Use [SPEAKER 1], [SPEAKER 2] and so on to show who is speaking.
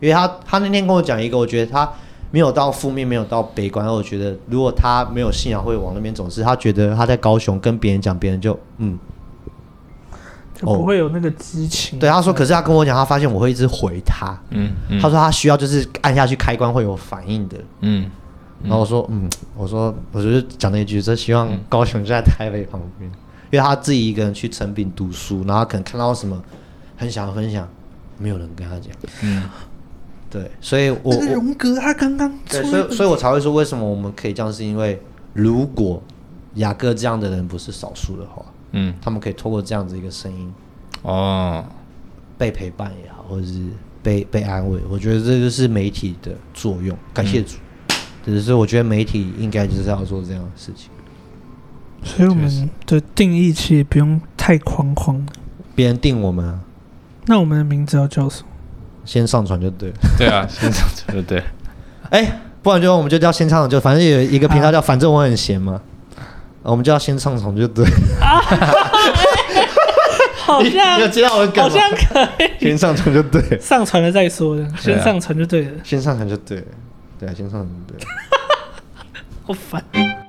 [SPEAKER 1] 因为他他那天跟我讲一个，我觉得他没有到负面，没有到悲观，我觉得如果他没有信仰会往那边走，是他觉得他在高雄跟别人讲，别人就嗯，
[SPEAKER 2] 就不会有那个激情。
[SPEAKER 1] 哦对，他说，可是他跟我讲，他发现我会一直回他，
[SPEAKER 3] 嗯嗯，
[SPEAKER 1] 他说他需要就是按下去开关会有反应的，
[SPEAKER 3] 嗯，
[SPEAKER 1] 然后我说，嗯，我说，我就是讲了一句，这希望高雄就在台北旁边，因为他自己一个人去成品读书，然后他可能看到什么很想分享，没有人跟他讲，
[SPEAKER 3] 嗯，
[SPEAKER 1] 对，所以我
[SPEAKER 2] 那个
[SPEAKER 1] 我
[SPEAKER 2] 荣格他刚刚出
[SPEAKER 1] 对，所以所以我才会说，为什么我们可以这样，是因为如果雅各这样的人不是少数的话，
[SPEAKER 3] 嗯，
[SPEAKER 1] 他们可以透过这样子一个声音
[SPEAKER 3] 哦，
[SPEAKER 1] 被陪伴也好，或者是被被安慰，我觉得这就是媒体的作用。感谢主，只是我觉得媒体应该就是要做这样的事情。
[SPEAKER 2] 所以我
[SPEAKER 3] 确
[SPEAKER 2] 们的定义其实不用太框框。
[SPEAKER 1] 别人定我们啊，
[SPEAKER 2] 那我们的名字要叫什么？
[SPEAKER 1] 先上传就对了。
[SPEAKER 3] 对啊，先上车就对，
[SPEAKER 1] 哎、不然就我们就叫先上传，就反正有一个频道叫“反正我很闲”嘛。啊我们就要先上传就对了，
[SPEAKER 2] 好
[SPEAKER 1] 你 你有接到我的梗吗？
[SPEAKER 2] 可以
[SPEAKER 1] 先上传就对了，
[SPEAKER 2] 上传了再说的，先
[SPEAKER 1] 啊
[SPEAKER 2] 上传就对了。
[SPEAKER 1] 네,先上传就对了，对啊，先上传就对了。
[SPEAKER 2] 好烦。